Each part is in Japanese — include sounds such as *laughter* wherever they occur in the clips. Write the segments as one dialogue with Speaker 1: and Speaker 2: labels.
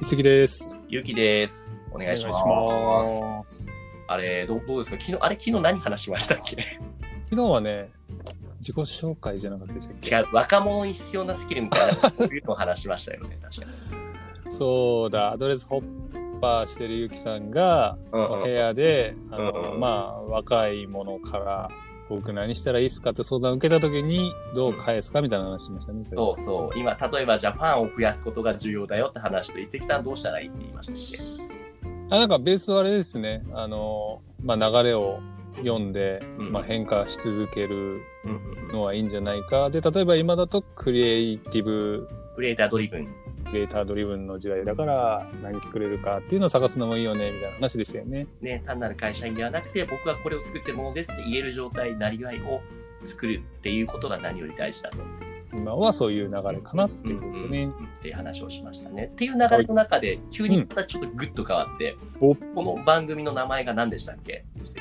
Speaker 1: 一石です。
Speaker 2: ゆきです。お願いします。
Speaker 1: す。
Speaker 2: あれどう、どうですか昨日、あれ、昨日何話しましたっけ *laughs*
Speaker 1: 昨日はね、自己紹介じゃなかったでしたっけ
Speaker 2: 違う、若者に必要なスキルみたいな、 *laughs* そういうのを話しましたよね、 *laughs* 確かに。
Speaker 1: そうだ、アドレスホッパーしてるゆきさんが、
Speaker 2: うん
Speaker 1: お
Speaker 2: う
Speaker 1: 部
Speaker 2: ん、
Speaker 1: 屋で、あ
Speaker 2: うん
Speaker 1: の
Speaker 2: うん
Speaker 1: まあ、若い者から、僕何したらいいっすかって相談を受けた時に、どう返すかみたいな話しましたね。それ
Speaker 2: そうそう、今、例えばじゃあファンを増やすことが重要だよって話と、一石さんどうしたらいいって言いましたっ
Speaker 1: あなんかベースはあれですね、あの、まあ、流れを読んで、
Speaker 2: うん
Speaker 1: まあ、変化し続ける
Speaker 2: け、うんうんうん、
Speaker 1: のはいいんじゃないか。で、例えば今だとクリエイティブ
Speaker 2: クリエイタードリブン。
Speaker 1: クリエイタードリブンの時代だから何作れるかっていうのを探すのもいいよねみたいな話でしたよね。
Speaker 2: ね、単なる会社員ではなくて、僕はこれを作ってるものですって言える状態、なりわいを作るっていうことが何より大事だと。
Speaker 1: 今はそういう流れかなっていうことですよね。
Speaker 2: っていう話をしましたね。っていう流れの中で、急にまたちょっとグッと変わって、
Speaker 1: お
Speaker 2: この番組の名前が何でしたっけ伊勢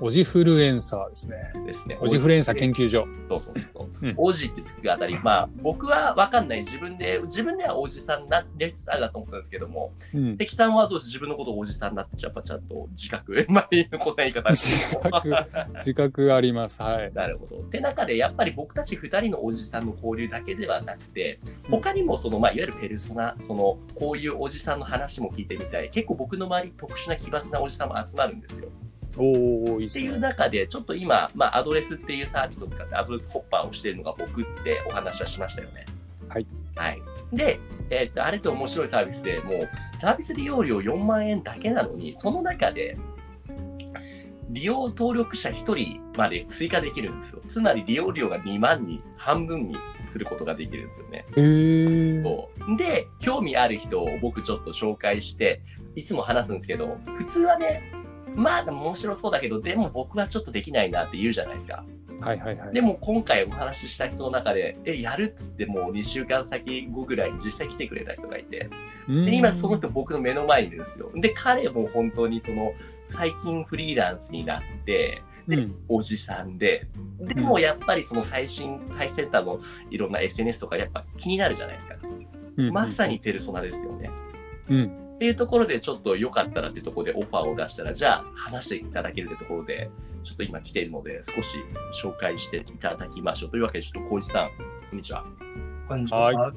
Speaker 1: オジフルエンサーですね。
Speaker 2: さんですね。
Speaker 1: オジフルエンサー研究所。
Speaker 2: そうそうそ
Speaker 1: う
Speaker 2: う。
Speaker 1: ん
Speaker 2: 王子ってつくあたり、まあ、僕は分かんない。自分で、自分では王子さんなであれだと思ったんですけども、
Speaker 1: うん。
Speaker 2: 関さんはどうして自分のことを王子さんだって、やっぱちゃんと自覚、 *laughs* まあ、こんな言い方ある
Speaker 1: 自 *laughs* 覚、自覚あります。はい。
Speaker 2: なるほど。って中で、やっぱり僕たち2人のおじさんの交流だけではなくて、他にもその、まあ、いわゆるペルソナ、そのこういうおじさんの話も聞いてみたい、結構僕の周り、特殊な奇抜なおじさんも集まるんですよ。
Speaker 1: おーおーいいっ
Speaker 2: って
Speaker 1: す
Speaker 2: いう
Speaker 1: ね。
Speaker 2: 中で、ちょっと今、まあ、アドレスっていうサービスを使って、アドレスホッパーをしているのが僕ってお話はしましたよね。
Speaker 1: はい。
Speaker 2: はい、で、えーっと、あれって面白いサービスでもう、サービス利用料4万円だけなのに、その中で、利用登録者1人まで追加できるんですよ。つまり利用料が2万に半分にすることができるんですよね。
Speaker 1: えー。
Speaker 2: そうで、興味ある人を僕ちょっと紹介して、いつも話すんですけど、普通はね、まあ面白そうだけど、でも僕はちょっとできないなって言うじゃないですか。
Speaker 1: はいはいはい。
Speaker 2: でも今回お話しした人の中で、え、やるっつってもう2週間先後ぐらいに実際来てくれた人がいて、
Speaker 1: うん
Speaker 2: で今その人僕の目の前にいるんですよ。で、彼も本当にその、最近フリーランスになって、
Speaker 1: うん。
Speaker 2: おじさんで、でもやっぱりその最新最先端のいろんな SNS とかやっぱ気になるじゃないですか。
Speaker 1: うん
Speaker 2: まさ。にペルソナですよね。
Speaker 1: うん。
Speaker 2: っていうところで、ちょっとよかったらってところでオファーを出したら、じゃあ話していただけるってところで、ちょっと今来ているので、少し紹介していただきましょう。というわけで、ちょっと浩一さん、こんにちは。
Speaker 3: こんにちは。
Speaker 1: は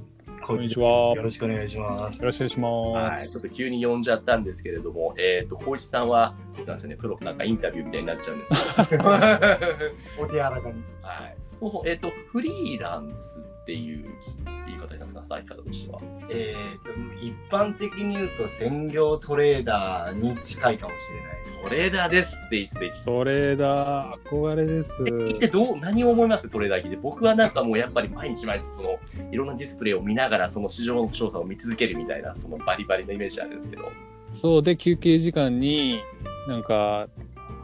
Speaker 1: こ
Speaker 3: こん
Speaker 1: んに
Speaker 3: に
Speaker 1: ち
Speaker 3: ち
Speaker 1: は。
Speaker 3: は。
Speaker 1: よ
Speaker 3: よろしくお願いします。
Speaker 1: ろしくお願いしま
Speaker 2: はい、ちょっ
Speaker 1: す
Speaker 2: と。急に呼んじゃったんですけれども、えっ、と、浩一さんは、すみませんね、プロなんかインタビューみたいになっちゃうんですけど、は
Speaker 3: お手柔らか *laughs* に。
Speaker 2: い、そうそう、えっ、と、フリーランスっていう言い方になってますか、相方としては。
Speaker 3: えっ、と、一般的に言うと専業トレーダーに近いかもしれないです、
Speaker 2: トレーダーですって一席
Speaker 1: トレーダー、憧れです。
Speaker 2: 聞いてどう何を思いますトレーダー聞いて僕はなんかもうやっぱり毎日毎日そのいろんなディスプレイを見ながらその市場の調査を見続けるみたいなそのバリバリのイメージあるんですけ
Speaker 3: *laughs*
Speaker 2: ど
Speaker 1: そうで休憩時間になんか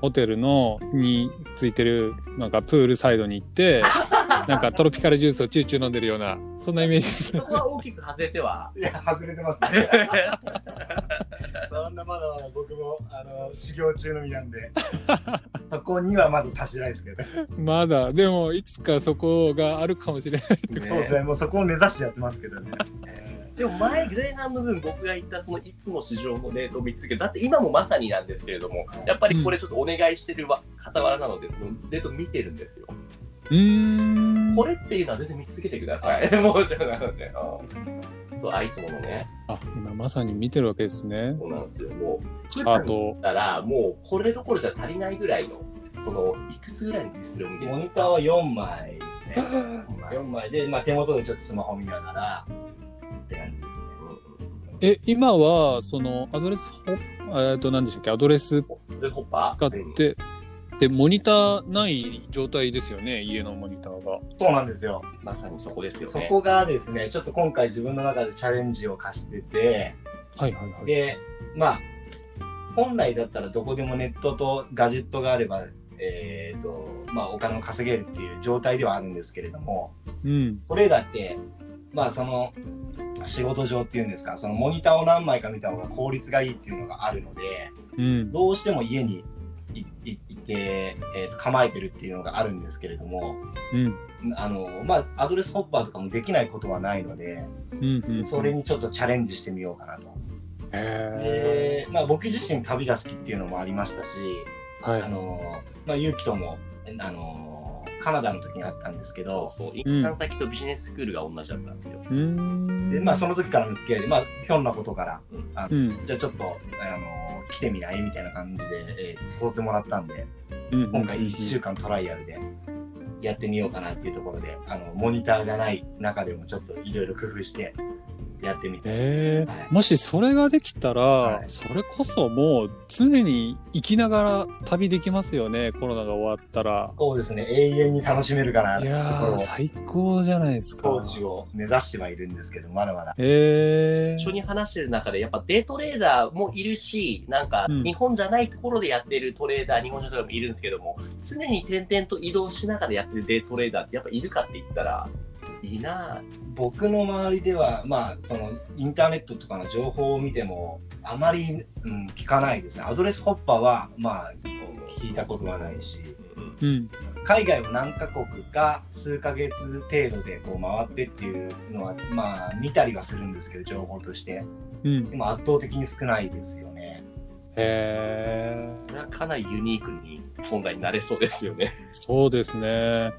Speaker 1: ホテルのについてるなんかプールサイドに行って *laughs* なんかトロピカルジュースをチューチュー飲んでるようなそんなイメージです *laughs*
Speaker 2: そこは大きく外れては
Speaker 3: いや、外れてます *laughs* ね。そんなまだまだ僕も、あの、修行中の身なん *laughs* で、そこにはまだ達してないですけどね。
Speaker 1: まだでもいつかそこがあるかもしれないってこ
Speaker 3: そうですね、もうそこを目指してやってますけどね。
Speaker 2: でも前前半の分僕が言ったそのいつも市場のレートを見続けるだって今もまさになんですけれどもやっぱりこれちょっとお願いしてるわ傍らなのでそのレート見てるんですよ
Speaker 1: とうーん
Speaker 2: これっていうのは全然見続けてください *laughs* 申し訳ないのでうんそうあいつものね
Speaker 1: あ今まさに見てるわけですね
Speaker 2: そうなんですよもう
Speaker 1: チャートを
Speaker 2: だから、もうこれどころじゃ足りないぐらいの、そのいくつぐらいのディスプレイを見てる
Speaker 3: *laughs* モ
Speaker 2: ん
Speaker 3: ニ
Speaker 2: です
Speaker 3: ター
Speaker 2: か
Speaker 3: は4枚ですね。4枚で、まあ手元でちょっとスマホ見ながら、って感じですね。
Speaker 1: え今はそのアドレスホえっと何でしたっけアドレス
Speaker 2: で、ホッパー。
Speaker 1: 使ってでモニターない状態ですよね家のモニターが。
Speaker 3: そうなんですよ。
Speaker 2: まさにそこですよね。
Speaker 3: そこがですね、ちょっと今回自分の中でチャレンジを課してて、
Speaker 1: はいはいはい。
Speaker 3: で、まあ、本来だったらどこでもネットとガジェットがあれば、えーとまあ、お金を稼げるっていう状態ではあるんですけれども、
Speaker 1: うん。
Speaker 3: トレーダーって、まあ、その仕事上っていうんですか、そのモニターを何枚か見た方が効率がいいっていうのがあるので、
Speaker 1: うん。
Speaker 3: どうしても家にいいいで、えーと構えてるっていうのがあるんですけれども、
Speaker 1: うん
Speaker 3: あのまあ、アドレスホッパーとかもできないことはないので、
Speaker 1: うんうん
Speaker 3: それにちょっとチャレンジしてみようかなと。
Speaker 1: へ
Speaker 3: で、まあ、僕自身旅が好きっていうのもありましたし、
Speaker 1: ーは
Speaker 3: あ
Speaker 1: い
Speaker 3: のまあ、ゆうきとも、あのカナダの時にあったんですけど、
Speaker 2: そう一貫先とビジネススクールが同じだったんですよ。
Speaker 1: うーん
Speaker 3: でまあ、その時からの付き合いで、まあ、ひょんなことから、
Speaker 1: うん
Speaker 3: じゃあちょっと、あの来てみないみたいな感じで、えー誘ってもらったんで、
Speaker 1: うん
Speaker 3: 今回1週間トライアルでやってみようかなっていうところで、あのモニターがない中でもちょっといろいろ工夫してやってみて、
Speaker 1: え
Speaker 3: はい
Speaker 1: もしそれができたら、
Speaker 3: はい
Speaker 1: それこそもう常に生きながら旅できますよねコロナが終わったら
Speaker 3: こうですね永遠に楽しめるかなっ
Speaker 1: い
Speaker 3: ていうと
Speaker 1: や
Speaker 3: ころ
Speaker 1: ー最高じゃないですか
Speaker 3: をコーチを目指してはいるんですけどまだまだ
Speaker 1: え
Speaker 2: 一緒に話してる中で、やっぱデイトレーダーもいるし、なんか
Speaker 1: うん
Speaker 2: 日本じゃないところでやってるトレーダー、日本人とかもいるんですけども、常に転々と移動しながらやってるデイトレーダーってやっぱいるかって言ったら、いな
Speaker 3: 僕の周りではまあそのインターネットとかの情報を見てもあまり、うん、聞かないですねアドレスホッパーはまあ聞いたことはないし
Speaker 2: ぁ。
Speaker 1: うん
Speaker 3: 海外を何カ国か数ヶ月程度でこう回ってっていうのはまあ見たりはするんですけど情報として
Speaker 1: うん
Speaker 3: でも圧倒的に少ないですよね
Speaker 1: へー
Speaker 2: これはかなりユニークに存在になれそうですよね。
Speaker 1: そうですね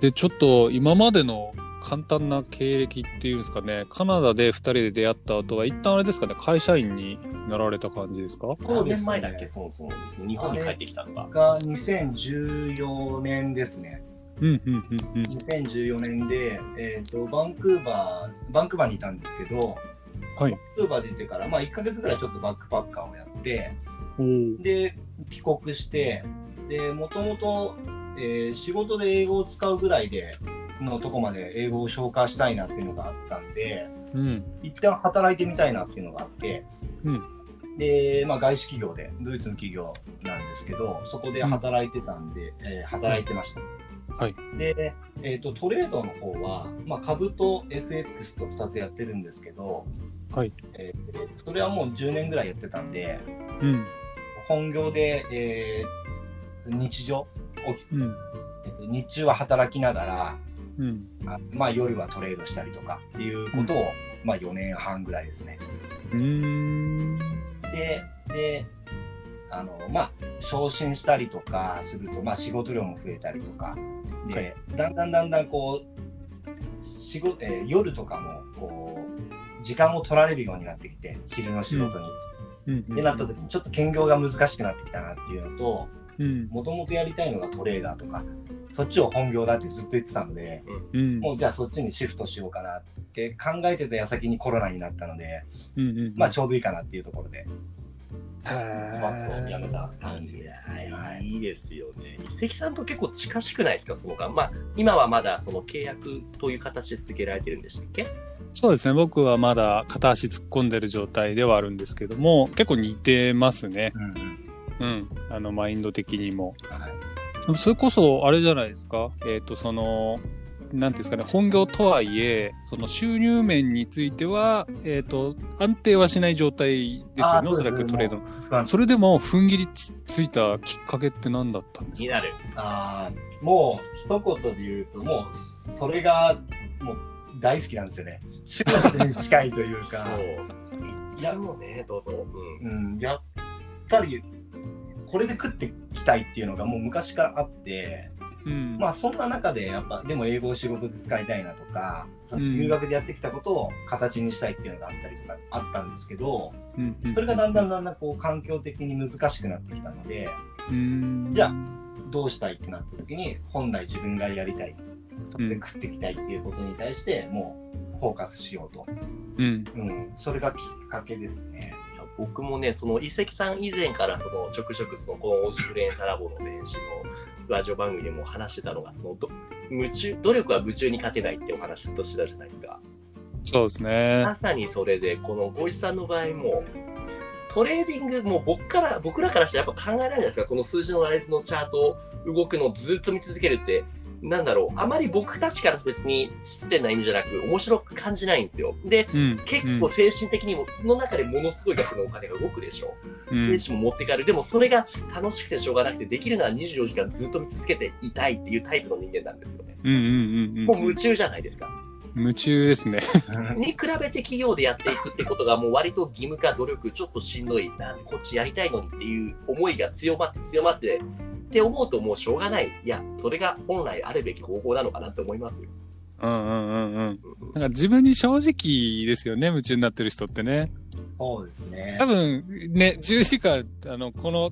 Speaker 1: でちょっと今までの簡単な経歴っていうんですかねカナダで2人で出会った後は一旦あれですかね会社員になられた感じですか
Speaker 3: *laughs* そう
Speaker 2: 何
Speaker 3: ですね
Speaker 2: 年前だっけ、そもそもですね日本に帰ってきたのが。
Speaker 3: が2014年ですね
Speaker 1: うんうんうんうん
Speaker 3: 2014年で、えー、とバンクーバーバンクーバーにいたんですけど、
Speaker 1: はい
Speaker 3: バンクーバー出てから、まあ、1ヶ月ぐらいちょっとバックパッカーをやって
Speaker 1: おー
Speaker 3: で帰国してでもともと、えー仕事で英語を使うぐらいでのとこまで英語を消化したいなっていうのがあったんで
Speaker 1: うん
Speaker 3: 一旦働いてみたいなっていうのがあって、
Speaker 1: う
Speaker 3: で、まあ、外資企業でドイツの企業なんですけどそこで働いてたんで、えー働いてました。
Speaker 1: はい
Speaker 3: で、えー、とトレードの方は、まあ、株と FX と2つやってるんですけど、
Speaker 1: はい
Speaker 3: えーそれはもう10年ぐらいやってたんで
Speaker 1: うん
Speaker 3: 本業で、えー日常、
Speaker 1: うん
Speaker 3: えーと日中は働きながら
Speaker 1: うん
Speaker 3: あまあ、夜はトレードしたりとかっていうことを、まあ、4年半ぐらいですね。
Speaker 1: うーん
Speaker 3: でであのまあ昇進したりとかすると、まあ、仕事量も増えたりとかで、
Speaker 1: は
Speaker 3: だんだんだんだんこう仕事、えー夜とかもこう時間を取られるようになってきて昼の仕事に。
Speaker 1: うん
Speaker 3: ってなった時にちょっと兼業が難しくなってきたなっていうのと
Speaker 1: うん
Speaker 3: もともとやりたいのがトレーダーとかそっちを本業だってずっと言ってたので。
Speaker 1: うん
Speaker 3: もうじゃあそっちにシフトしようかなって考えてた矢先にコロナになったので、
Speaker 1: うんうん
Speaker 3: まあちょうどいいかなっていうところで、ズバッと
Speaker 1: へ
Speaker 3: やめ
Speaker 1: ー
Speaker 3: た感じですね。はい
Speaker 2: いいですよね。一石さんと結構近しくないですか、その間。まあ、今はまだその契約という形で続けられてるんでしたっけ
Speaker 1: そうですね僕はまだ片足突っ込んでる状態ではあるんですけども結構似てますね
Speaker 3: うん
Speaker 1: う
Speaker 3: うん
Speaker 1: んあのマインド的にも
Speaker 3: はい
Speaker 1: でもそれこそあれじゃないですかえっ、とそのなんていうんですかね本業とはいえその収入面については、えっと安定はしない状態ですよ
Speaker 3: あ
Speaker 1: ね
Speaker 3: ー
Speaker 1: おそら
Speaker 3: そう
Speaker 1: く
Speaker 3: です
Speaker 1: トレード
Speaker 3: 不安
Speaker 1: のそれでも踏ん切りつついたきっかけって何だったんです
Speaker 2: に
Speaker 1: か
Speaker 2: なる。
Speaker 3: あーもう一言で言うともうそれがもう大好きなんですよね趣味に近いという
Speaker 2: そ
Speaker 3: か
Speaker 1: *laughs*
Speaker 2: う。いや、もうね、どうぞ。うん
Speaker 3: う、ん、やっぱりこれで食っていきたいっていうのがもう昔からあって
Speaker 1: うん
Speaker 3: まあそんな中でやっぱでも英語を仕事で使いたいなとかその
Speaker 1: うん
Speaker 3: 留学でやってきたことを形にしたいっていうのがあったりとかあったんですけど
Speaker 1: うんうん
Speaker 3: それがだんだんだんだんこう環境的に難しくなってきたので。
Speaker 1: うん
Speaker 3: じゃあどうしたいってなった時に本来自分がやりたいそれで食っていきたいっていうことに対してもうフォーカスしようと、
Speaker 1: うん
Speaker 3: うん、それがきっかけですね
Speaker 2: いや僕もね、その一石さん以前からそのちょくちょくそのこのオージフレンサラボの練習のラジオ番組でも話してたのがそのど夢中努力は夢中に勝てないってお話ずっとしてたじゃないですか。
Speaker 1: そうですね
Speaker 2: まさにそれでこのゴイチさんの場合もトレーディングもう僕から僕らからしてやっぱ考えられないじゃないですかこの数字の羅列のチャートを動くのをずっと見続けるってなんだろう、あまり僕たちから別に失礼な意味じゃなく、面白く感じないんですよ。で、
Speaker 1: うん
Speaker 2: 結構精神的にも、の中でものすごい額のお金が動くでしょ。
Speaker 1: うん
Speaker 2: 精神も持ってかれる。でもそれが楽しくてしょうがなくて、できるなら24時間ずっと見続けていたいっていうタイプの人間なんですよね。
Speaker 1: うんうんうん
Speaker 2: も
Speaker 1: う
Speaker 2: うん夢中じゃないですか。
Speaker 1: 夢中ですね
Speaker 2: に比べて企業でやっていくってことが、もう割と義務化、努力、ちょっとしんどいな、こっちやりたいのにっていう思いが強まって強まって、って思うともうしょうがない。いや、それが本来あるべき方法なのかなって思いますよ。
Speaker 1: うんうんうんうんなんか自分に正直ですよね夢中になってる人ってね
Speaker 3: そうですね
Speaker 1: 多。分ね10時間あのこの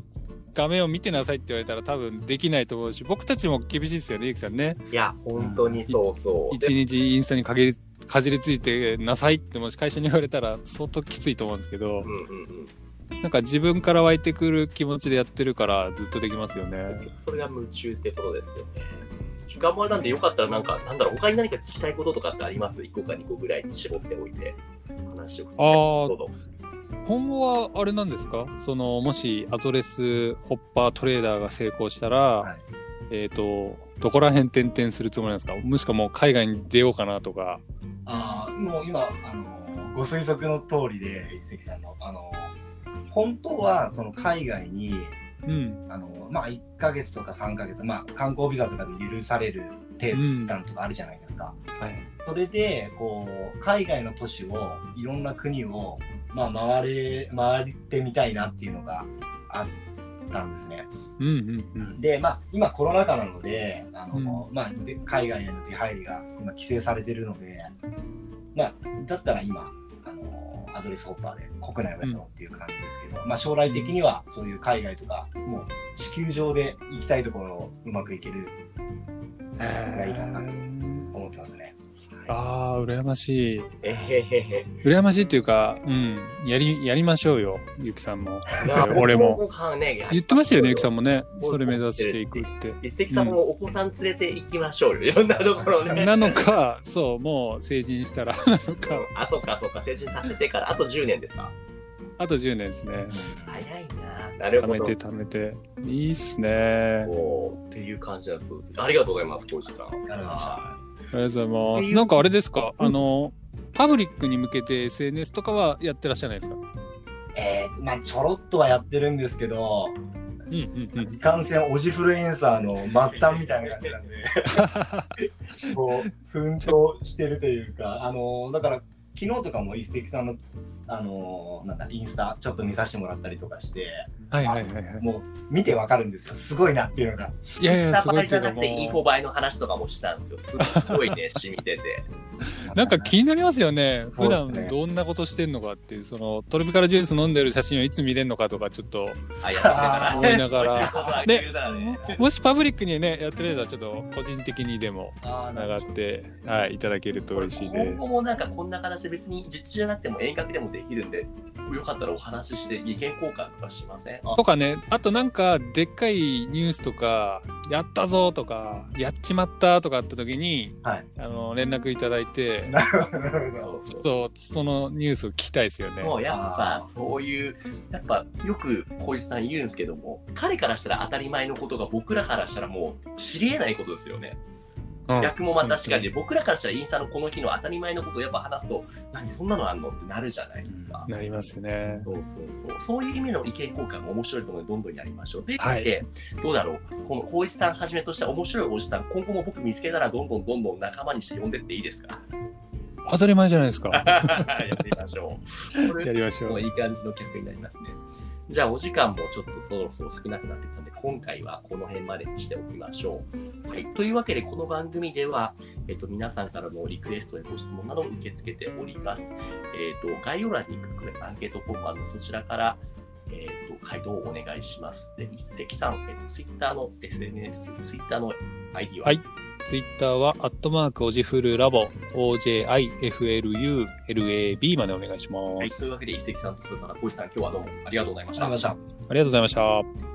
Speaker 1: 画面を見てなさいって言われたら多分できないと思うし僕たちも厳しいですよねゆきさんね
Speaker 2: いや、本当にそうそう。
Speaker 1: 一
Speaker 2: で
Speaker 1: 日インスタにかげりかじりついてなさいってもし会社に言われたら相当きついと思うんですけど
Speaker 2: うんうん
Speaker 1: なんか自分から湧いてくる気持ちでやってるからずっとできますよ
Speaker 2: う
Speaker 1: ね
Speaker 2: ん、それが夢中ってことですよね。時間もあれなんで、よかったらなんか、なんだろう、他に何か聞きたいこととかってあります ?1 個か2個ぐらいに絞っておいて、話を。
Speaker 1: あー
Speaker 2: どうぞ
Speaker 1: 今後はあれなんですかそのもしアドレスホッパートレーダーが成功したら、
Speaker 3: はい
Speaker 1: えっ、とどこら辺転々するつもりなんですかもしくはもう海外に出ようかなとか
Speaker 3: あーもう今あのご推測の通りで一石さんのあの本当はその海外に
Speaker 1: うん
Speaker 3: あのまあ1ヶ月とか3ヶ月まあ観光ビザとかで許される
Speaker 1: う
Speaker 3: 程
Speaker 1: ん
Speaker 3: 度
Speaker 1: は
Speaker 3: 間とかあるじゃないですか。
Speaker 1: い
Speaker 3: それでこう海外の都市をいろんな国をまあ回れ回ってみたいなっていうのがあったんですね。
Speaker 1: うんうんうん
Speaker 3: で、まあ、今コロナ禍なので、あのまあ、で海外への出入りが今規制されてるので、まあ、だったら今、あのアドレスホッパーで国内をやろうっていう感じですけど、まあ、将来的にはそういう海外とか、もう地球上で行きたいところをうまく行けるがいいかなと思ってますね。
Speaker 1: あー羨ましい
Speaker 2: えへへへ。
Speaker 1: 羨ましいっていうかうんやりやりましょうよゆきさんも
Speaker 2: な
Speaker 1: 俺も。
Speaker 2: 僕もね
Speaker 1: 言ってましたよねゆきさ
Speaker 2: ん。
Speaker 1: んもねそれ目指していくって
Speaker 2: 一石さんもお子さん連れて行きましょうよ。いろんなところね。
Speaker 1: なのかそうもう成人したらなのか
Speaker 2: あ、そうか、そうか。成人させてから、あと10年ですか。
Speaker 1: あと10年ですね
Speaker 2: 早いな。なる
Speaker 1: 貯
Speaker 2: ほ
Speaker 1: め
Speaker 2: ど。
Speaker 1: て貯めていいっすねあ
Speaker 2: おーっていう感じなんです。ありがとうございます、コウジさん。
Speaker 3: なるほ
Speaker 1: りがとうございますなんかあれですかあのパブリックに向けて SNS とかはやってらっしゃらないですか
Speaker 3: えーまあ、ちょろっとはやってるんですけど、
Speaker 1: うんうんうん
Speaker 3: いかんせんオジフルエンサーの末端みたいな感じなんで。こう奮闘してるというか、あのだから昨日とかも一石さんのあのなんだインスタちょっと見させてもらったりとかして、
Speaker 1: はいはいはいはい
Speaker 3: もう見てわかるんですよ。すごいなっていうのが。
Speaker 1: いやいや
Speaker 2: ス
Speaker 1: す
Speaker 2: タ
Speaker 1: ご
Speaker 2: バ
Speaker 1: いっ
Speaker 2: イ
Speaker 1: て
Speaker 2: じ
Speaker 1: い
Speaker 2: ゃ
Speaker 1: うか
Speaker 2: なくてインフ
Speaker 1: も
Speaker 2: ォバイの話とかもしたんですよ。すごいね、染みて *laughs* て。
Speaker 1: うなんか気になりますよね
Speaker 3: そ
Speaker 1: 普
Speaker 3: うですね
Speaker 1: 段どんなことしてんのかっていうそのトロピカルジュース飲んでる写真をいつ見れるのかとかちょっと
Speaker 2: あ、やってたから。
Speaker 1: 思いながら
Speaker 2: *laughs* ね、急だね。
Speaker 1: もしパブリックにね、やってるならちょっと個人的にでも
Speaker 3: あ
Speaker 1: つ
Speaker 3: ー
Speaker 1: ながって、はい、いただけると嬉しい
Speaker 2: 今
Speaker 1: で
Speaker 2: 後も
Speaker 1: す。
Speaker 2: なんかこんな形で別に実地じゃなくても遠隔でもできるんで、よかったらお話しして意見交換とかしません
Speaker 1: とかね、あとなんか、でっかいニュースとか、やったぞとか、やっちまったとかあった時に、
Speaker 3: はい
Speaker 1: あの、連絡いただいて、
Speaker 3: なるほどなるほど
Speaker 2: そう
Speaker 1: ちょっ
Speaker 2: そう
Speaker 1: とそのニュースを聞きたいですよね。
Speaker 2: もうやっぱそういう、やっぱよく浩一さん言うんですけども、彼からしたら当たり前のことが僕らからしたらもう知り得ないことですよね。
Speaker 1: うん
Speaker 2: 逆もまあ確かに僕らからしたらインスタのこの日の当たり前のことをやっぱ話すと、何そんなのあんのってなるじゃないですか。
Speaker 1: なりますね。
Speaker 2: そうそうそう。そういう意味の意見交換も面白いと思うので、どんどんやりましょう。ということ
Speaker 1: は
Speaker 2: で、どうだろう、この光一さんはじめとした面白いおじさん、今後も僕見つけたら、どんどんどんどん仲間にして呼んでっていいですか *laughs*
Speaker 1: 当たり前じゃないですか。
Speaker 2: やってみましょう。こ
Speaker 1: や
Speaker 2: れ
Speaker 1: りましょ
Speaker 2: も
Speaker 1: う。
Speaker 2: いい感じの客になりますね。じゃあ、お時間もちょっとそろそろ少なくなってきたので、今回はこの辺までにしておきましょう。はい。というわけで、この番組では、えっと、皆さんからのリクエストやご質問などを受け付けております。えっと、概要欄に書くアンケートフォームあるので、そちらから、えっと、回答をお願いします。で、一石さん、えっと、ツイッターの SNS、ツイッターの ID は、
Speaker 1: はいツイッターは、アットマーク、オジフルラボ、OJIFLULAB までお願いしま
Speaker 2: はいという
Speaker 1: す。
Speaker 2: わけで、一石さんと黒田さん、小石さん、今日はどうもありがとうございまし
Speaker 3: ありがと
Speaker 2: た
Speaker 3: うございまし。た
Speaker 1: ありがとうございました。